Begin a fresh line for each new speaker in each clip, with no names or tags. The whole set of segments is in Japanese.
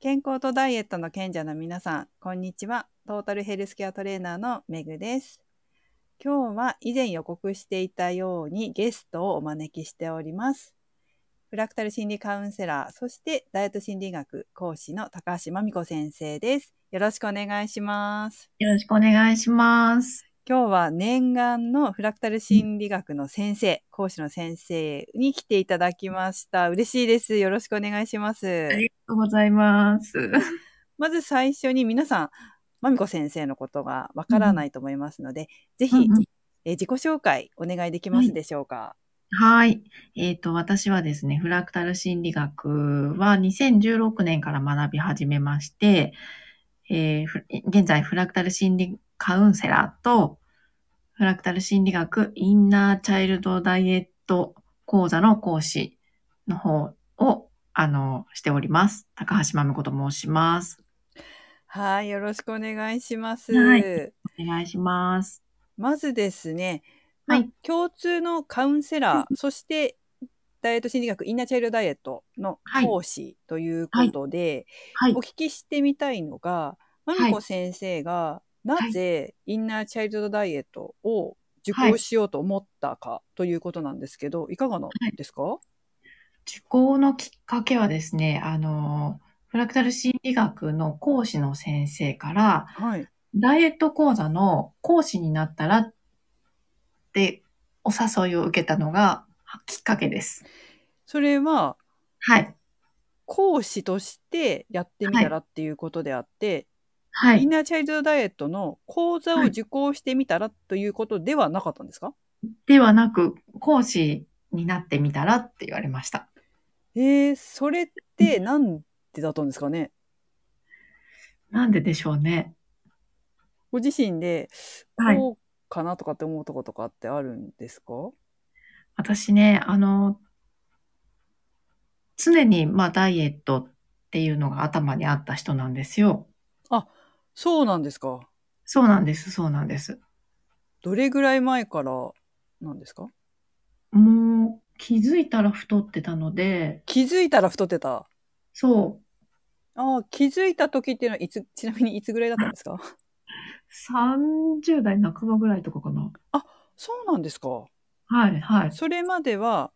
健康とダイエットの賢者の皆さん、こんにちは。トータルヘルスケアトレーナーのめぐです。今日は以前予告していたようにゲストをお招きしております。フラクタル心理カウンセラー、そしてダイエット心理学講師の高橋真美子先生です。よろしくお願いします。
よろしくお願いします。
今日は念願のフラクタル心理学の先生、講師の先生に来ていただきました。嬉しいです。よろしくお願いします
あ。りがとうございます。
まず最初に皆さん、まみこ先生のことがわからないと思いますので、ぜひ、
うんうん
えー自己紹介お願いできますでしょうか。
はい。えっ、と、私はですね、フラクタル心理学は2016年から学び始めまして、えーふ現在フラクタル心理カウンセラーと、フラクタル心理学インナーチャイルドダイエット講座の講師の方を、あの、しております。高橋まみこと申します。
はい、よろしくお願いします。
はお願いします。
まずですね、
はい
まあ共通のカウンセラー、そしてダイエット心理学インナーチャイルドダイエットの
はい
講師ということで、
はい
お。聞きしてみたいのが、まみこ先生がなぜインナーチャイルドダイエットを受講しようと思ったかということなんですけど、いかがなんですか、
受講のきっかけはですね、あの、フラクタル心理学の講師の先生から、
はい。
ダイエット講座の講師になったらってお誘いを受けたのがきっかけです。
それは、
はい。
講師としてやってみたらっていうことであって、
は
イン
い。
ナーチャイルドダイエットの講座を受講してみたらということではなかったんですか、
ではなく、講師になってみたらって言われました。
えー、それってなんでだったんですかね
なんででしょうね。
ご自身で、
はい
こうかなとかって思うとことかってあるんですか、
私ね、あの、常に、まあ、ダイエットっていうのが頭にあった人なんですよ。
そうなんですか
そうなんです、そうなんです。
どれぐらい前からなんですか
もう気づいたら太ってたので、
気づいたら太ってた。
そう、
ああ、気づいた時っていうのはいつ、ちなみにいつぐらいだったんですか
30代半ばぐらいとかかな。
そうなんですか。
はい、はい、
それまでは、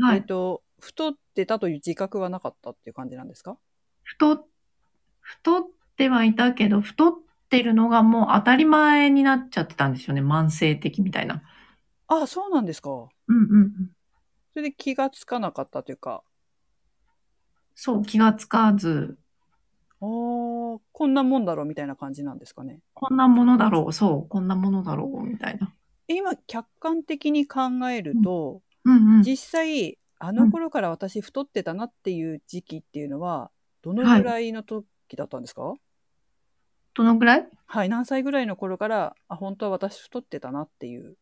は
えっ
い。
と、太ってたという自覚はなかったっていう感じなんですか
太っ、太ってはいたけど、太ってるのがもう当たり前になっちゃってたんですよね。慢性的みたいな。
ああ、そうなんですか。そ
うんうんうん。
れで気がつかなかったというか、
そう、気がつかず、
ああ、こんなもんだろうみたいな感じなんですかね。
こんなものだろう、そう、こんなものだろう、みたいな。
今、客観的に考えると、
うんうん。
実際、あの頃から私太ってたなっていう時期っていうのは、どのぐらいの時だったんですか、
どのぐらい
はい、何歳ぐらいの頃から、あ、本当は私太ってたなっていう。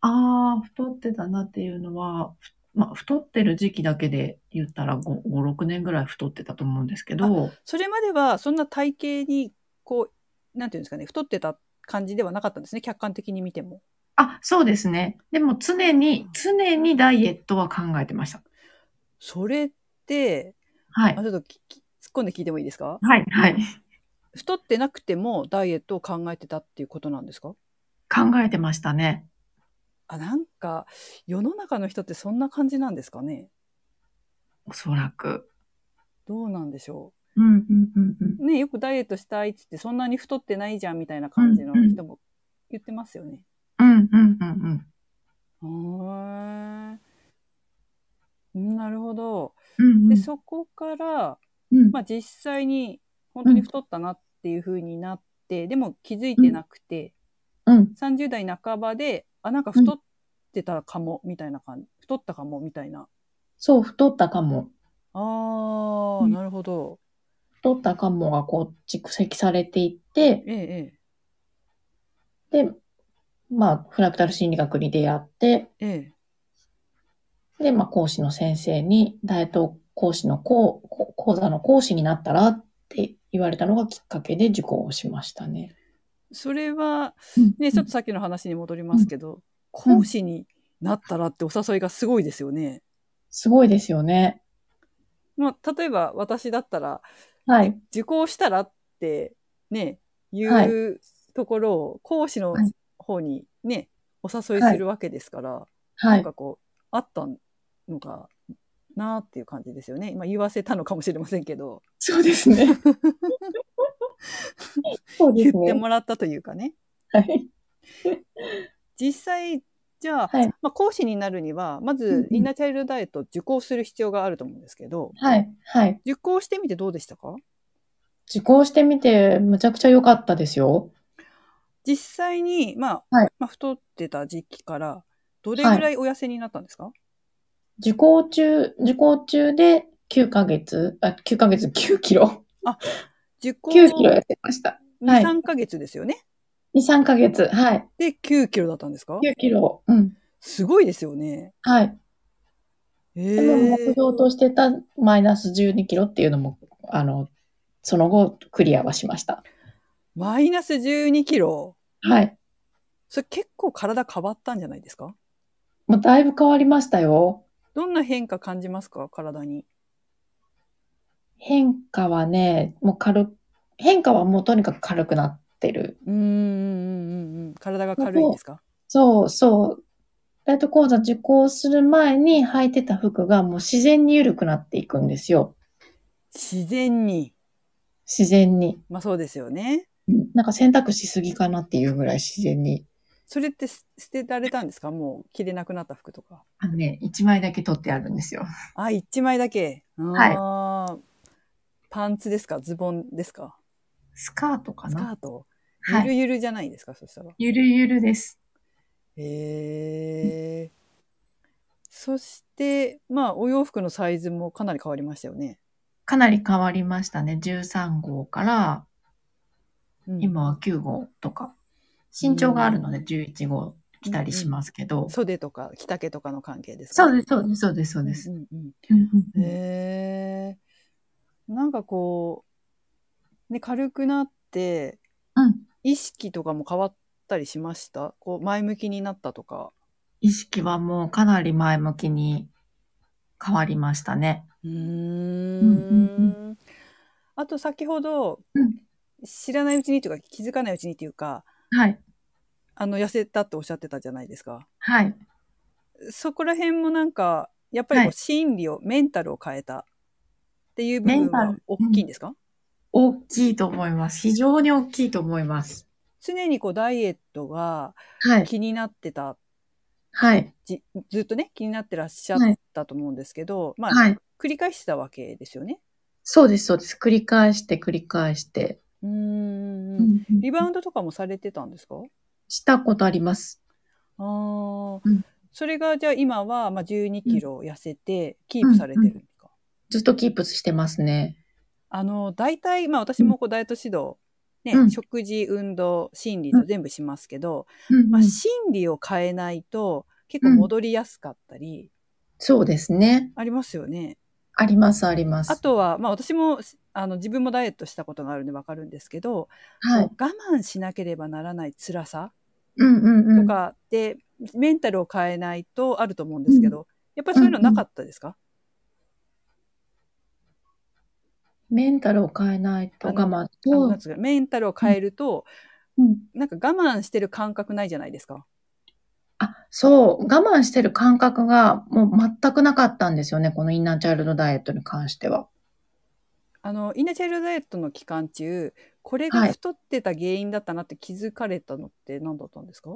ああ、太ってたなっていうのは、ふまあ、太ってる時期だけで言ったら5、5、6年ぐらい太ってたと思うんですけど、
それまでは、そんな体型に、こう、なんていうんですかね、太ってた感じではなかったんですね、客観的に見ても。
あ、そうですね。でも常に、常にダイエットは考えてました。
それって、
はい
あ。ちょっときき突っ込んで聞いてもいいですか
はい、はい。
太ってなくてもダイエットを考えてたっていうことなんですか
考えてましたね。
あ、なんか、世の中の人ってそんな感じなんですかね
おそらく。
どうなんでしょ
うん、うん、うん、うん。
うね、よくダイエットしたいっつって、そんなに太ってないじゃんみたいな感じの人も言ってますよね。
うん、うん、うん、うん。
へーうんなるほど。
うん、う
で、
ん、
そこから、
うん
まあ実際に本当に太ったなっていう風になって、でも気づいてなくて、
うん。
30代半ばで、あ、なんか太ってたかも、みたいな感じ、太ったかも、みたいな。
そう、太ったかも。
あー、
うん
なるほど。
太ったかもがこう、蓄積されていって、
ええ、え
で、まあ、フラクタル心理学に出会って、
え、え
で、まあ、講師の先生に、ダイエット講師の講、講講座の講師になったらって言われたのがきっかけで受講をしましたね。
え。それは、ね、
ね
ちょっとさっきの話に戻りますけど、講師になったらってお誘いがすごいですよね。
すごいですよね。
まあ、例えば私だったら、
はい。
受講したらってね、言
は
うところを講師の
はい
方にね、お誘い
はい
するわけですから、
は
なん
い。
かこう、あったのかなっていう感じですよね。今言わせたのかもしれませんけど、
そうですね。 そうで
言
す
って
ね。
もらったというかね。
はい。
実際、じゃあ、
はい
まあ、講師になるには、ま
うん
ず
うん
インナーチャイルドダイエットを受講する必要があると思うんですけど、
はい。はい。
受講してみてどうでしたか
受講してみて、むちゃくちゃ良かったですよ。
実際に、まあ、
はい
まあ、太ってた時期から、どれぐらいお痩せになったんですか、
受講中、受講中で9ヶ月、あ、9ヶ月、9キロ。
受講
9キロ痩せました。はい
2、3ヶ月ですよね。
2、3ヶ月。はい。
で、9キロだったんですか
9キロ。うん。
すごいですよね。
はい。
え
でも目標としてたマイナス12キロっていうのも、あの、その後クリアはしました。
マイナス12キロ。
はい。
それ結構体変わったんじゃないですか
もうだいぶ変わりましたよ。
どんな変化感じますか体に。
変化はね、もう軽く、変化はもうとにかく軽くなってる。
うーんうんうんうん。体が軽いんですか
そうそう。ダイエット講座受講する前に履いてた服がもう自然に緩くなっていくんですよ。
自然に。
自然に。
まあそうですよね。
なんか選択しすぎかなっていうぐらい自然に。
それってす捨てられたんですかもう着れなくなった服とか。
あのね、一枚だけ取ってあるんですよ。
あ、1枚だけ。
はい
あーパンツですかズボンですか
スカートか
スカ
な
ート
は
ゆ
い。
るゆるじゃないですか、そしたら。
ゆるゆるです。
へえ。そして、まあ、お洋服のサイズもかなり変わりましたよね。
かなり変わりましたね。13号から、
うん
今は9号とか。身長があるので11号来たりしますけど。
袖とか着丈とかの関係ですか
そうです、そうです、そうです、そうです。
うんうん
うん
うんへえ。なんかこう、ね、軽くなって、
うん
意識とかも変わったりしましたこう、前向きになったとか。
意識はもうかなり前向きに変わりましたね。
うー
うん
ん。あと、先ほど
うん、
知らないうちにというか、気づかないうちにというか、
はい。
あの、痩せたっておっしゃってたじゃないですか。
はい。
そこら辺もなんか、やっぱりこ
は
う
い
心理を、メンタルを変えたっていう部分
メンタ
は
ル
大きいんですか、
大きいと思います。非常に大きいと思います。
常にこうダイエットが
はい。
気になってた、
はい。
じずっとね、気になってらっしゃったと思うんですけど、まあ、
はい。
繰り返してたわけですよね。
そうです、そうです。繰り返して、繰り返して。
うーん。リバウンドとかもされてたんですか
したことあります。
ああ、
うん
それがじゃあ今は、まあ、12キロ痩せてキープされてるんですか、
ずっとキープしてますね。
あの、大体、まあ私もこうダイエット指導、ね、
うん
食事、運動、心理と全部しますけど、
うん
まあ心理を変えないと結構戻りやすかったり、
そうですね。
ありますよね。
あります、あります。
あとは、まあ私も、あの自分もダイエットしたことがあるんでわかるんですけど、
はい。
こう我慢しなければならない辛さ
うんうんう
と
ん。
かで、メンタルを変えないとあると思うんですけど、やっぱりそういうのなかったですか、
メンタルを変えないと
あの
我慢
あのな
と
んつうかメンタルを変えると、
うん
なんか我慢してる感覚ないじゃないですか。
あ、そう、我慢してる感覚がもう全くなかったんですよね、このインナーチャイルドダイエットに関しては。
あのインナーチャイルドダイエットの期間中これが
はい
太ってた原因だったなって気づかれたのって何だったんですか、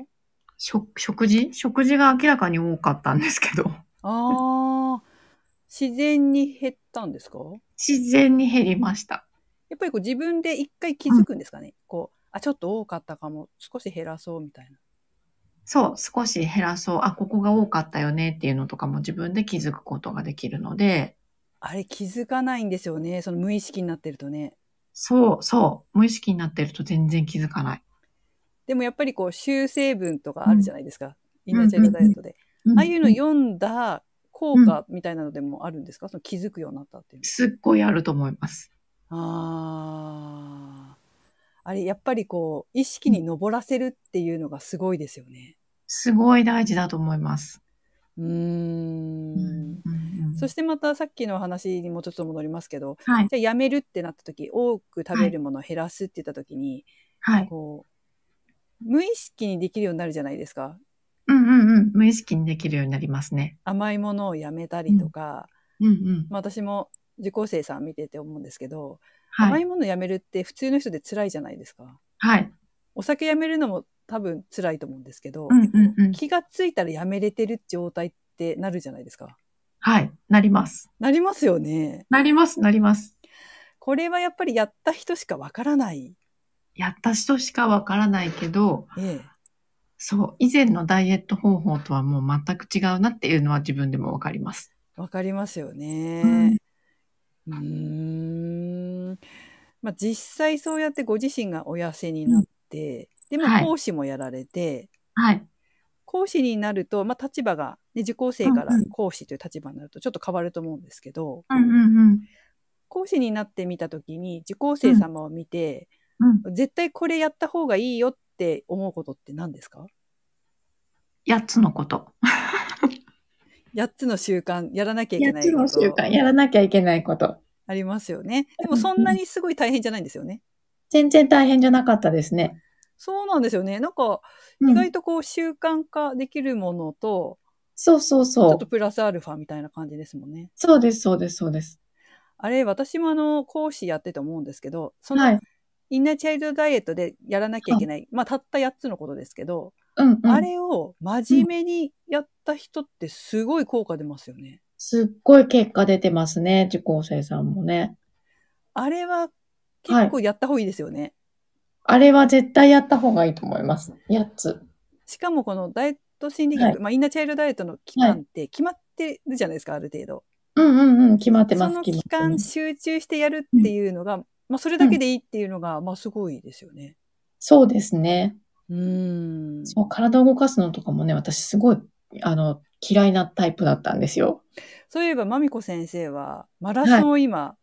食、食事食事が明らかに多かったんですけど。
ああ自然に減ったんですか
自然に減りました。
やっぱりこう自分で一回気づくんですかね、こうあちょっと多かったかも少し減らそうみたいな
そう、少し減らそう。あ、ここが多かったよねっていうのとかも自分で気づくことができるので、
あれ気づかないんですよねその無意識になってるとね
そう、そう、無意識になってると全然気づかない。
でもやっぱりこう修正文とかあるじゃないですか、イ
ん
ンナーチャイルドダイエットで、ああいうの
うん
読んだ効果みたいなのでもあるんですか、その気づくようになったっていうの
すっごいあると思います。
ああ。あれ、やっぱりこう、意識に上らせるっていうのがすごいですよね。
すごい大事だと思います。
うーん。そ
し
してまたさっきの話にもちょっと戻りますけど、
て、はい、
じゃあやめるってなった時、多く食べるものを減らすって言った時に、
はい。
こう、無意識にできるようになるじゃないですか。
うんうんうん。無意識にできるようになりますね。
甘いものをやめたりとか、
うんうん。
まあ私も受講生さん見てて思うんですけど、
は
甘
い。
いものやめるって普通の人で辛いじゃないですか。
はい。
お酒やめるのも多分辛いと思うんですけど、
うんうんうん。
気がついたらやめれてる状態ってなるじゃないですか。
はい。なります。
なりますよね。
なります、なります。
これはやっぱりやった人しかわからない。
やった人しかわからないけど、
ええ。
そう、以前のダイエット方法とはもう全く違うなっていうのは自分でもわかります。
わかりますよ
うん
ね。うーん。まあ実際そうやってご自身がお痩せになって、でも
はい
講師もやられて、
はい。
講師になると、まあ立場が、ね、受講生から
うんうん
講師という立場になるとちょっと変わると思うんですけど、
うんうんうん。
講師になってみたときに受講生様を見て、
うん、
絶対これやった方がいいよって思うことって何ですか
8つのこと。
8つの習慣やらなきゃいけな
8
い
つ
こ
の習
と
慣、やらなきゃいけないこと。
ありますよねでもそんなにすごい大変じゃないんですよね
全然大変じゃなかったですね。
そうなんですよねなんか
うん
意外とこう習慣化できるものと、
そうそう
ち
そ
ょっ
う
と。プラスアルファみたいな感じですもんね
そうです、そうです、そうです。
あれ私もあの講師やってて思うんですけどそ
は
の
い。
インナーチャイルドダイエットでやらなきゃいけない、まあたった8つのことですけど、
うん、うん。
あれを真面目にやった人ってすごい効果出ますよね。
すっごい結果出てますね、受講生さんもね。
あれは結構やった方がいいですよね。
あれは絶対やった方がいいと思います。8つ。
しかもこのダイエット心理学、
はい
まあ、インナーチャイルドダイエットの期間って決まってるじゃないですか、ある程度。
うんうんうん、決まってま
そ
す。
の
決ま
期
ってま
間
す
集中してやるっていうのが、まあそれだけでいいっていうのが、まあすごいですよね。
そうですね。
うーん。
そう、体を動かすのとかもね、私すごい、あの、嫌いなタイプだったんですよ。
そういえば、まみこ先生は、マラソンを今、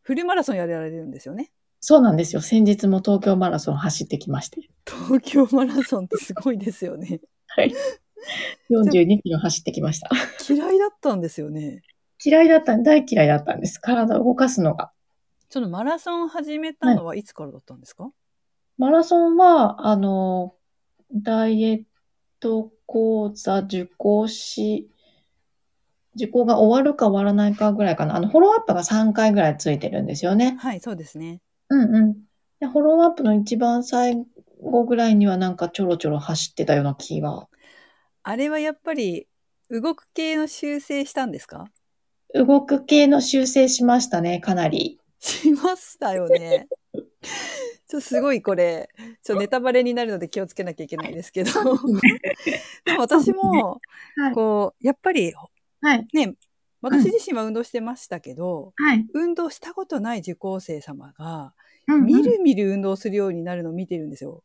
フルマラソンやられるんですよね。
そうなんですよ。先日も東京マラソン走ってきまして。
東京マラソンってすごいですよ ね。
42キロ走ってきました。
嫌いだったんですよね。
嫌いだった、大嫌いだったんです。体を動かすのが。
そのマラソン始めたのはいつからだったんですか、
マラソンは、あの、ダイエット講座受講し、受講が終わるか終わらないかぐらいかな。あの、フォローアップが3回ぐらいついてるんですよね。
はい、そうですね。
うんうん。で、フォローアップの一番最後ぐらいにはなんかちょろちょろ走ってたような気は。
あれはやっぱり動く系の修正したんですか
動く系の修正しましたね、かなり。
しましたよね。ちょすごいこれちょネタバレになるので気をつけなきゃいけないですけど でも私も
はい
こうやっぱり
はい、
ね私自身は運動してましたけど、
はい。
運動したことない受講生様が
うん
みるみる運動するようになるのを見てるんですよ。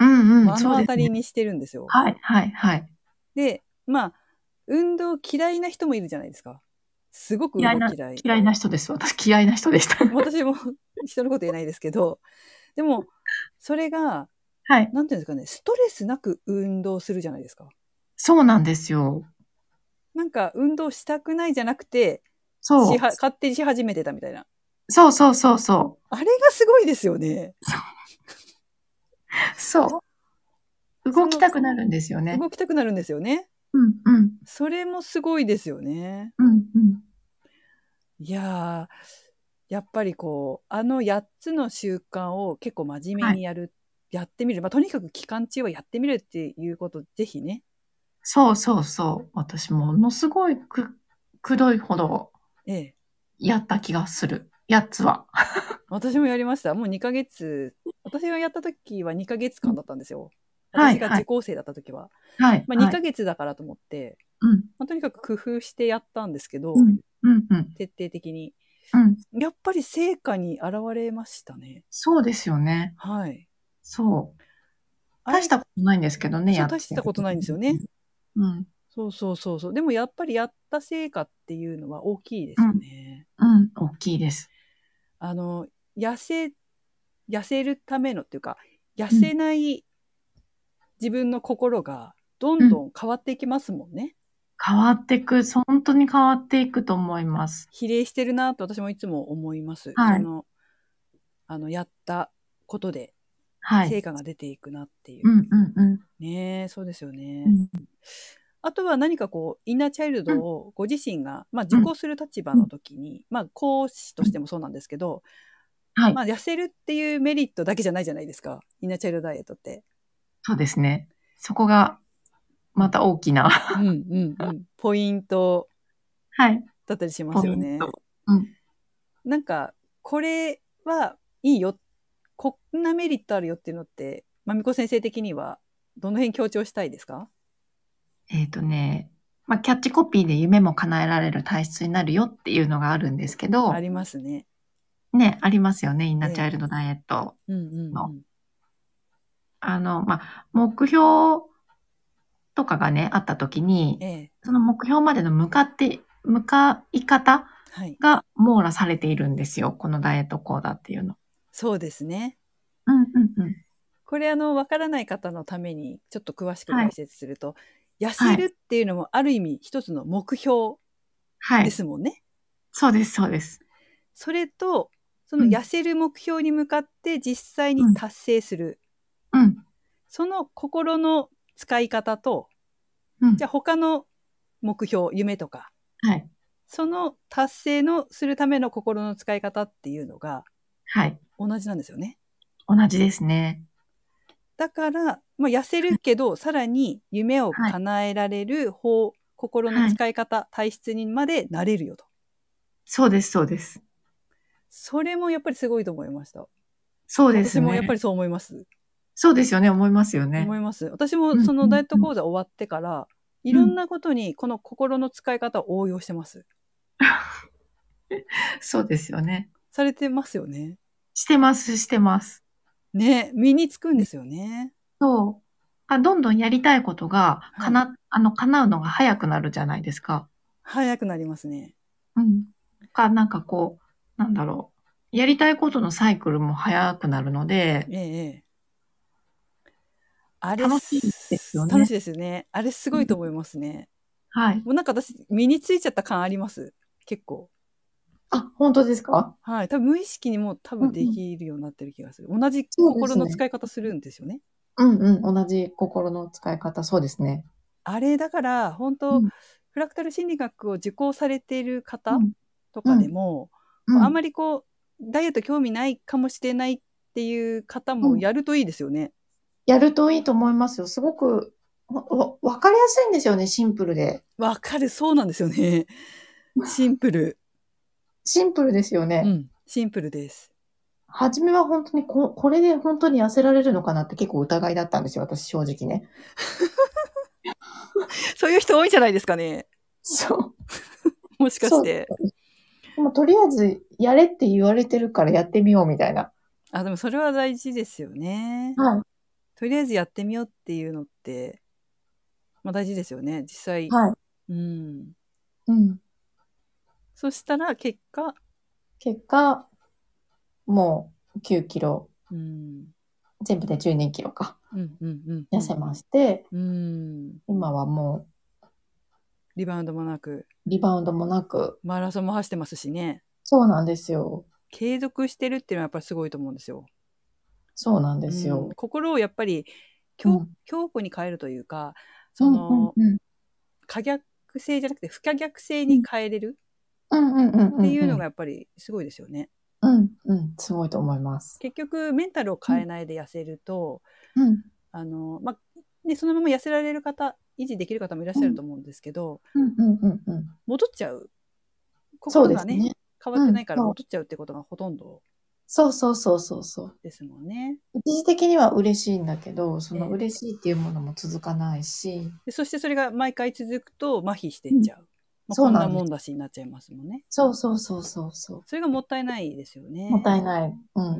うんうん、
目
そう
の当
です
た
ね
り。にしてるんですよ。
はい、はい、はい。
で、まあ、運動嫌いな人もいるじゃないですか。すごく運動
嫌
嫌。
いない嫌いな人です。私嫌いな人でした。
私も 人のこと言えないですけど、でも、それが、
はい。
なんていうんですかね、ストレスなく運動するじゃないですか。
そうなんですよ。
なんか、運動したくないじゃなくて、
そう
し。は勝手にし始めてたみたいな。
そうそうそうそ
あれがすごいですよね。
う。そう。動きたくなるんですよね。
動きたくなるんですよね。
うんうん
それもすごいですよね。
うんうん。
いやー、やっぱりこう、あの8つの習慣を結構真面目にやる、やってみる。まあ、とにかく期間中はやってみるっていうこと、ぜひね。
そうそうそう。私ものすごいく、くどいほど
ええ。
やった気がする。やつは。
私もやりました。もう2ヶ月、私がやった時は2ヶ月間だったんですよ。
はい
私が受講生だった時は。
はい。
まあ、
は
2
い
ヶ月だからと思って、
うん
まあ、とにかく工夫してやったんですけど、
うんうんうん
徹底的に。
うん。
やっぱり成果に現れましたね。
そうですよね。
はい。
そう。
あれ
大したことないんですけどね、
そう
やって
大したことないんですよね。
うん。
そうそうそうそう。でもやっぱりやった成果っていうのは大きいですよね。
うん。大きいです。
あの、痩せ、痩せるためのっていうか、痩せない自分の心がどんどん変わっていきますもんね。
変わっていく、本当に変わっていくと思います。
比例してるなと私もいつも思います。
はい
その、あの、やったことで
はい。
成果が出ていくなっていう。
うんうんうん
ねえそうですよね。
うん。
あとは何かこう、インナーチャイルドをご自身が、まあ、受講する立場の時に、まあ、講師としてもそうなんですけど、
はい
ま。あ、痩せるっていうメリットだけじゃないじゃないですか。インナーチャイルドダイエット って。
そうですね。そこが、また大きな。
うんうんうん。ポイント
はい。
だったりしますよね
ポイン。トうん
なんか、これはいいよ。こんなメリットあるよっていうのって、まみこ先生的には、どの辺強調したいですか
えっ、とね、まあ、キャッチコピーで夢も叶えられる体質になるよっていうのがあるんですけど
あ、りますね。
ね、ありますよね。インナーチャイルドダイエット。
うんうん、うん。
あの、まあ、目標とかがね、あった時に
え、え。
その目標までの向かって、向かい方
はい。
が網羅されているんですよ。このダイエット講座っていうの。
そうですね。
うんうんうん。
これあのわからない方のためにちょっと詳しく解説すると、痩せるっていうのもある意味一つの目標
は
で
い。
すもんね。
そうです、そうです。
それとその
うん
痩せる目標に向かって実際に達成する、
うん。
その心の使い方と
うん。
じゃあ他の目標夢とか
はい。
その達成のするための心の使い方っていうのが
はい。
同じなんですよね。
同じですね。
だから、まあ、痩せるけど、さらに夢を叶えられる方、心の使い方、体質にまでなれるよと。
そうです、そうです。
それもやっぱりすごいと思いました。
そうです
私
ね。
もやっぱりそう思います。
そうですよね。思いますよね
思。います。私
うん
もそ
うんう
の
ん
ダイエット講座終わってから、いろんなことにこの心の使い方を応用してます。
そうですよね。
されてますよね。
してます、してます。
ね、身につくんですよね。
そう。あどんどんやりたいことが、
い
かな、あの、叶うのが早くなるじゃないですか。
早くなりますね。
うん。か、なんかこう、なんだろう。やりたいことのサイクルも早くなるので、
ええええ。あれ
楽しいですよね
楽しいですよね。あれすごいと思いますね。
はい。
もうなんか私、身についちゃった感あります。結構。
あ、本当ですか
はい。多分無意識にもう多分できるようになってる気がする。同じ心の使い方するんですよね。
うんうん。同じ心の使い方、そうですね。
あれだから、本当、
うん
フラクタル心理学を受講されている方
うん
とかでも、
うん、
あんまりこう、ダイエット興味ないかもしれないっていう方も
うん
やるといいですよね。
やるといいと思いますよ。すごく、わわわかりやすいんですよね、シンプルで。
わ、かる、そうなんですよね。シンプル。
シンプルですよね。
うん。シンプルです。
初めは本当にこ、これで本当に痩せられるのかなって結構疑いだったんですよ、私正直ね。
そういう人多いんじゃないですかね。
そう。
もしか
そ
し
う
て。
でもとりあえず、やれって言われてるからやってみようみたいな。
あ、でもそれは大事ですよね。
は
とりあえずやってみようっていうのって、まあ、大事ですよね実際、
はい
うん、
い。うん。
そしたら結果、
結果、もう9キロ、
うん、
全部で12キロか、
うんうんうん
痩せまして、
うん
今はも
リバウンドもなく
うリバウンドもなく、
マラソンも走ってますしね
そうなんですよ。
継続してるっていうのはやっぱりすごいと思うんですよ。
そうなんですよ
うん。心をやっぱり強,、
うん
強固に変えるというかその、
うんうん
可逆性じゃなくて不可逆性に変えれる
うんうんうんうんうん。
っていうのがやっぱりすごいですよね。
うん、うん、すごいと思います。
結局メンタルを変えないで痩せると、
うん、
あの、まあ、ね、そのまま痩せられる方、維持できる方もいらっしゃると思うんですけど、
うん、うん、うん、うん。
戻っちゃう。
そ
心
うで
が
す
ね、
ね。
変わってないから
うん
戻っちゃうってことがほとんど
そうそうそうそうそう。
ですもんね。
一時的には嬉しいんだけど、その
ええ
嬉しいっていうものも続かないし、
でそしてそれが毎回続くと麻痺してっちゃう。まあ、
そ
こ
うんなん
な
です
もんだしになっちゃいますもんね。
そうそうそうそうそ
それがもったいないですよ
う。
ね。
もったいない。うん。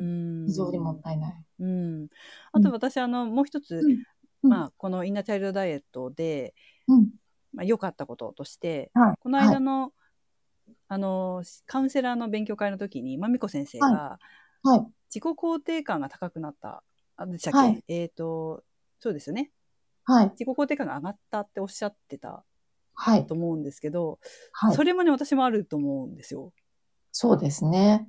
うん。
非常にもったいない。
うん。あと私、あの、もう一つ、
うんうん
まあ、このインナーチャイルドダイエットで、
うん。
まあ、良かったこととして、
はい。
この間の、あの、カウンセラーの勉強会の時に、まみこ先生が、
ははい。
自己肯定感が高くなった。あでしたっけ、
はい
えっ、と、そうですよね。
はい。
自己肯定感が上がったっておっしゃってた
はい
と。思うんですけど、
はい
そ。れもね、私もあると思うんですよ。
そうですね。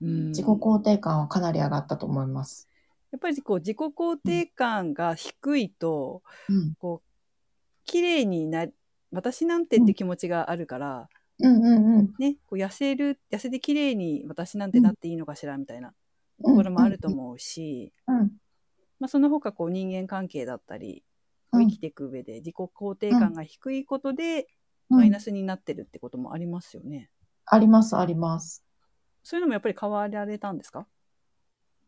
うん
自己肯定感はかなり上がったと思います。
やっぱりこう自己肯定感が低いと、
うん。
綺麗にな私なんてって気持ちがあるから、
うんうんうん。
ね、こう痩せる、痩せて綺麗に私なんてなっていいのかしらみたいなところもあると思うし、
うん。うん。
まあ、その他こう人間関係だったり、こ
う
うん生きていく上で自己肯定感が低いことで
うん
マイナスになってるってこともありますよね。
あります、あります。
そういうのもやっぱり変わられたんですか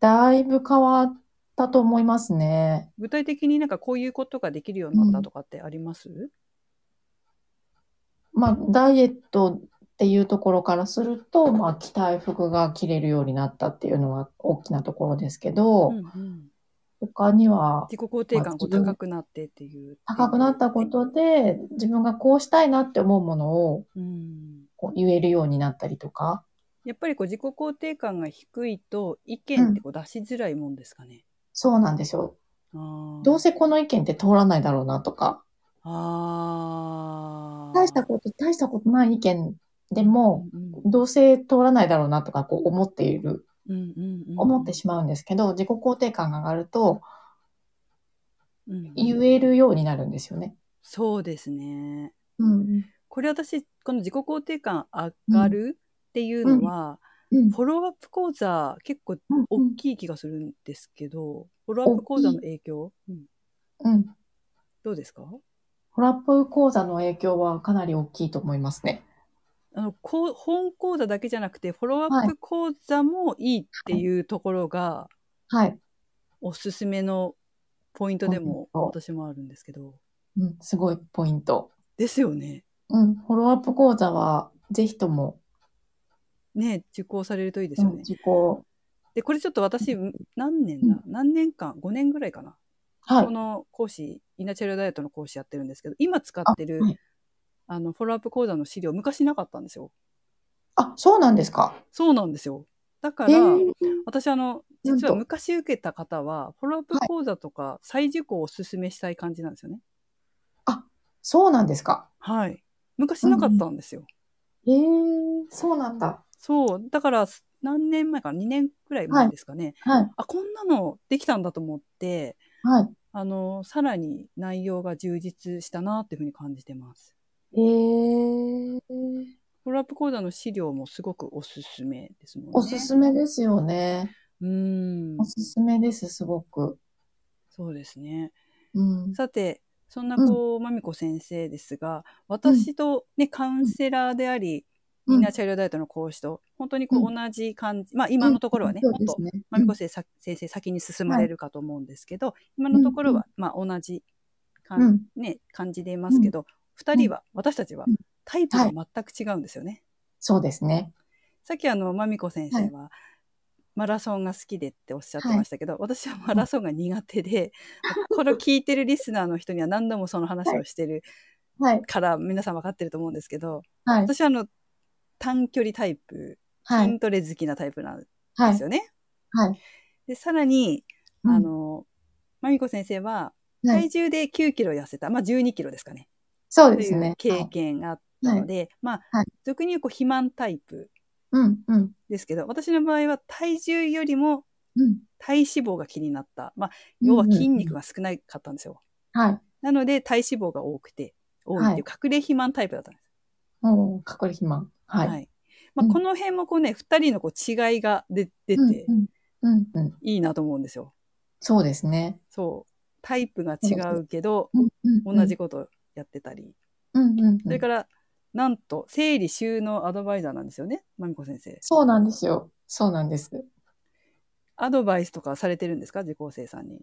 だいぶ変わったと思いますね。
具体的になんかこういうことができるようになったとかってあります、
まあ、ダイエットっていうところからすると、まあ、着たい服が着れるようになったっていうのは大きなところですけど、
うんうん
他には
自己肯定感が高くなってっていう。
高くなったことで、自分がこうしたいなって思うものを
うん
こう言えるようになったりとか、
やっぱりこう自己肯定感が低いと意見ってこう出しづらいもんですかね。
そうなんですよ。
あー
どうせこの意見って通らないだろうなとか、
あー。
大したこと、大したことない意見でも、
うんうん
どうせ通らないだろうなとか、こう思っている、
うんうんうん
思ってしまうんですけど、自己肯定感が上がると、
うん
言えるようになるんですよね。
そうですね。
うん。
これ私、この自己肯定感上がるっていうのは、
うん。
フォローアップ講座結構
う
大
ん。
きい気がするんですけど、フォローアップ講座の影響、うん
うん。
どうですか
ホラップ講座の影響はかなり大きいと思いますね。
あの、こう本講座だけじゃなくて、フォローア
は
ッ
い
プ講座もいいっていうところが、
はい。
おすすめのポイントでも
ポイン
私もあるんですけど。
うん。すごいポイント。
ですよね。
うん。フォローアップ講座は、ぜひとも、
ね、受講されるといいです
う
よ
ん
ね。
受講。
で、これちょっと私、何年だ何年間 ?5 年ぐらいかな。
はい
こ。の講師、イナチュラルダイエットの講師やってるんですけど、今使ってる
あはい、
あの、フォローアップ講座の資料、昔なかったんですよ。
あ、そうなんですか。
そうなんですよ。だか
え
ら、
ー、
私あの、
なんと
実は昔受けた方は、フォローアップ講座とか再受講をお勧めしたい感じなんですよね。
そうなんですか。
はい。昔なかったんですよ。
えー、そうなんだ。
そう。だから、す何年前かな、2年くらい前ですかね。
はい。
あ、こんなのできたんだと思って、
はい。
あの、さらに内容が充実したなっていうふうに感じてます。
え
フォ
ー、
ローアップ講座の資料もすごくおすすめですもんね。
おすすめですよね。
うーん
お。すすめです、すごく。
そうですね。
うん。
さて、そんなこう、まみこ先生ですが、私とね、カウンセラーであり、インナーチャイルドダイエットの講師と、本当にこ
う
う同じ感じ、まあ今のところはね、
うん
も
そう
っと
ですね。
まみこせいさ先生先に進まれるかと思うんですけど、今のところは、まあ、同じかん、
うん
ね、感じでいますけど、二人は、私たちは
うん
タイプが全く違うんですよね。
そうですね。
さっきあの、まみこ先生は、マラソンが好きでっておっしゃってましたけど、私はマラソンが苦手で、これを聞いてるリスナーの人には何度もその話をしてる
はい。
から、皆さん分かってると思うんですけど、
はい。
私はあの、短距離タイプ、
はい。
筋トレ好きなタイプなんで
は
す
い。
よね。
はい。
で、さらに、
うん
あの、まみこ先生は、
は
体
い。
重で9キロ痩せた、まあ12キロですかね。
そう
と
で
い
す
う
ね。は
経
い
験があったので、まあ、
はい
俗に言うこう肥満タイプ
うん、うん、
ですけど、私の場合は体重よりも
うん。
体脂肪が気になった。まあ、要は筋肉が少なかったんですよ。
うん。はい。
なので、体脂肪が多くて、多いっていう隠れ肥満タイプだったんです。
もう、隔離肥満。はい。
まあ、
うん
この辺もこうね、二人のこう違いが出出
うん、
て
うん。うん、うん。
いいなと思うんですよ。
そうですね。
そう。タイプが違うけど、
うん、うん。
同じ。ことやってたり。
うん、うん、うん。
それから、なんと、整理収納アドバイザーなんですよね、まみこ先生。
そうなんですよ。そうなんです。
アドバイスとかされてるんですか、受講生さんに。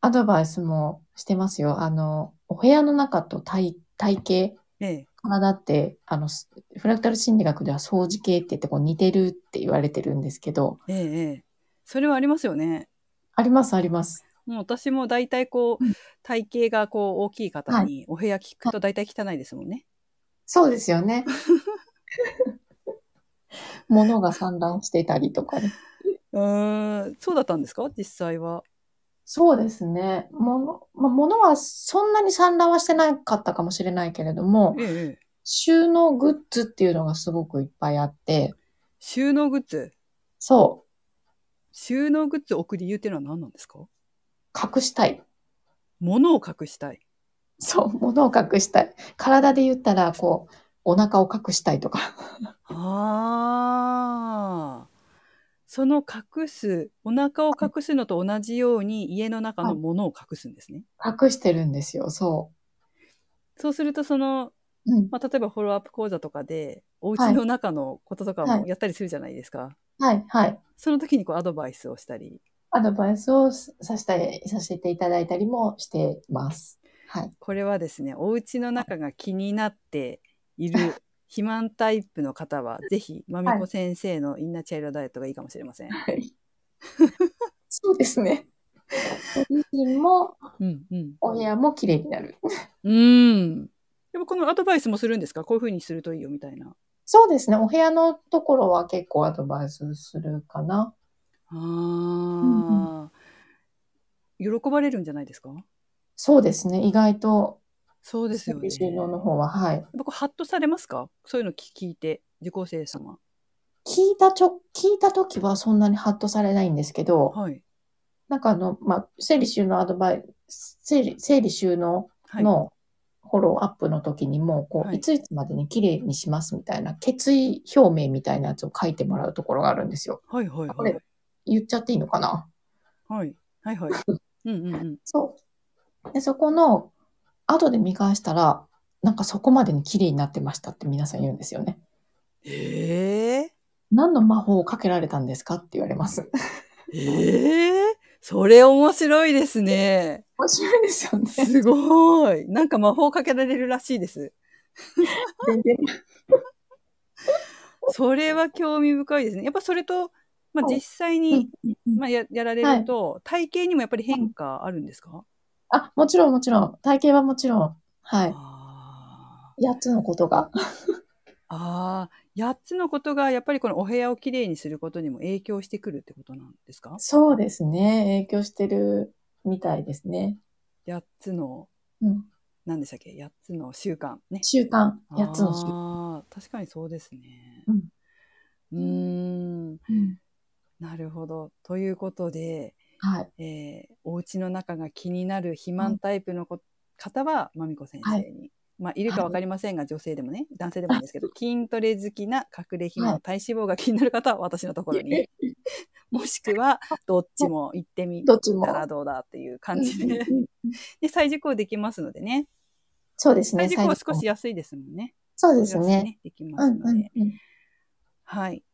アドバイスもしてますよ。あの、お部屋の中と体、体型、
ええ。
体って、あの、すフラクタル心理学では掃除系って言ってこう似てるって言われてるんですけど、
ええ、ええ。それはありますよね。
あります、あります。
もう私も大体こう
うん、
体型がこう大きい方にお部屋聞くと大体汚いですもんね。
そうです よね。物が散乱してたりとかね。
うーん、そうだったんですか実際は。
そうですね。もの、まあ、物はそんなに散乱はしてなかったかもしれないけれども、
ええ、
収納グッズっていうのがすごくいっぱいあって、
収納グッズ
そ
収納グッズを置く理由っていうのは何なんですか
う、隠したい。
物を隠したい。
そう、物を隠したい。体で言ったら、こう、お腹を隠したいとか。
ああ。その隠す、お腹を隠すのと同じように家の中の物を隠すんですね。
隠してるんですよ、そ
そうすると、その、
う。うん。
まあ、例えばフォローアップ講座とかで、お家の中のこととか
は
も
い
やったりするじゃないですか。
はい、はい。
その時にこうアドバイスをしたり、
アドバイスをさしたり、させていただいたりもしてます。はい。
これはですね、お家の中が気になっている肥満タイプの方 は、ぜひ、まみこ先生のインナーチャイルドダイエットがいいかもしれません。
そうですね。 ご自身も、
うんうん。
お部屋も綺麗になる。
うん。でもこのアドバイスもするんですかこういうふうにするといいよみたいな。
そうですね。お部屋のところは結構アドバイスするかな。
ああ、喜ばれるんじゃないですか
そうですね。意外と、
そうですよね。
収納の方は、はい。
僕、ハッとされますかそういうの聞聞いて、受講生様。
聞いたちょ、聞いた時はそんなにハッとされないんですけど、
はい。
なんかあの、まあ、整理収納アドバイス、整理、整理収納
はい。
のフォローアップの時にも、こ
は
う、
い
いついつまでに綺麗にしますみたいな、決意表明みたいなやつを書いてもらうところがあるんですよ。
はいはい
あこ
はい
れ。言っちゃっていいのかな
はい。はい はい。うんうんうん。
そう。で、そこの、後で見返したら、なんかそこまでに綺麗になってましたって皆さん言うんですよね。
ええ
何の魔法をかけられたんですかって言われます。
ええそれ面白いですね。
面白いですよね。
すごい。なんか魔法かけられるらしいです。
全然
それは興味深いですね。やっぱそれと、まあ、
はい
実際に、
うん
まあ、ややられると、体型にもやっぱり変化あるんですか、
あ、もちろんもちろん。体型はもちろん。はい。
あ
8つのことが。
ーあー、8つのことがやっぱりこのお部屋をきれいにすることにも影響してくるってことなんですか
そうですね。影響してるみたいですね。
?8 つの、
うん。
何でしたっけ ?8 つの習慣ね。
習慣。8つの習慣。
あー確かにそうですね。
うん
うーん
うん
なるほど。ということで、
はい。
えー、お家の中が気になる肥満タイプのこ、方は、まみこ先生に。
はい
まあ、いるかわかりませんが、女性でもね、男性でもいいんですけど、筋トレ好きな隠れ肥
は
満、
い
体脂肪が気になる方は私のところに、 もしくは、どっちも行ってみ
どっちも
た。らどうだっていう感じ
うん
で、
うんうん
で、再受講できますのでね、
そうです
再
ね。
受講は少
最後
し安いですもんね。
そうです
お安く
ね。。
できま
う
す
ん
ので。
うんうん。
はい。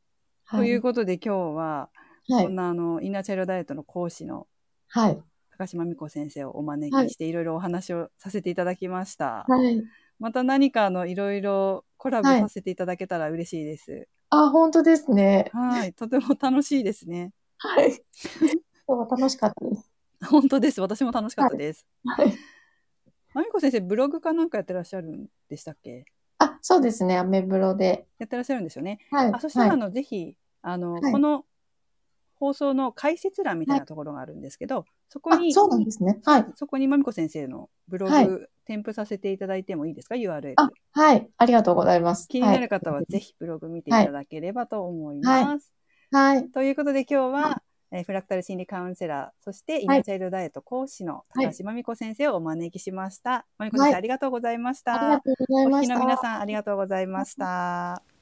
は
という
い。
ことで今日は、
は
こん
い。
なあの、インナーチャイルドダイエットの講師の
はい。
高島美子先生をお招
は
き
い
して、いろいろお話をさせていただきました。
はい。
また何かあの、いろいろコラボ
はい
させていただけたら嬉しいです。
あ、本当ですね。
はい。とても楽しいですね。
はい。今日は楽しかったです。
本当です。私も楽しかったです。
はい。
まみこ先生、ブログかなんかやってらっしゃるんでしたっけ
あ、そうですね。アメブロで。
やってらっしゃるんですよね。
はい。
あ、そしたら、あ
はい
の、ぜひ、あの、
はい
この放送の解説欄みたいなところがあるんですけど、そこ
あ
に、
そうなんですね。はい。
そこにまみこ先生のブログ、
はい
添付させていただいてもいいですか ?URL。
あ、はい。ありがとうございます。
気になる方はぜ
ひ。
ひブログ見ていただければと思います。
はいはい。
ということで今日は、えーフラクタル心理カウンセラー、そしてインナーチャイルドダイエット講師の
はい
高橋まみこ先生をお招きしました。まみこ先生、
はい
ありがとうございました。
ありがとうござい
お
ま
聞
し
きの
た。
皆さんありがとうございました。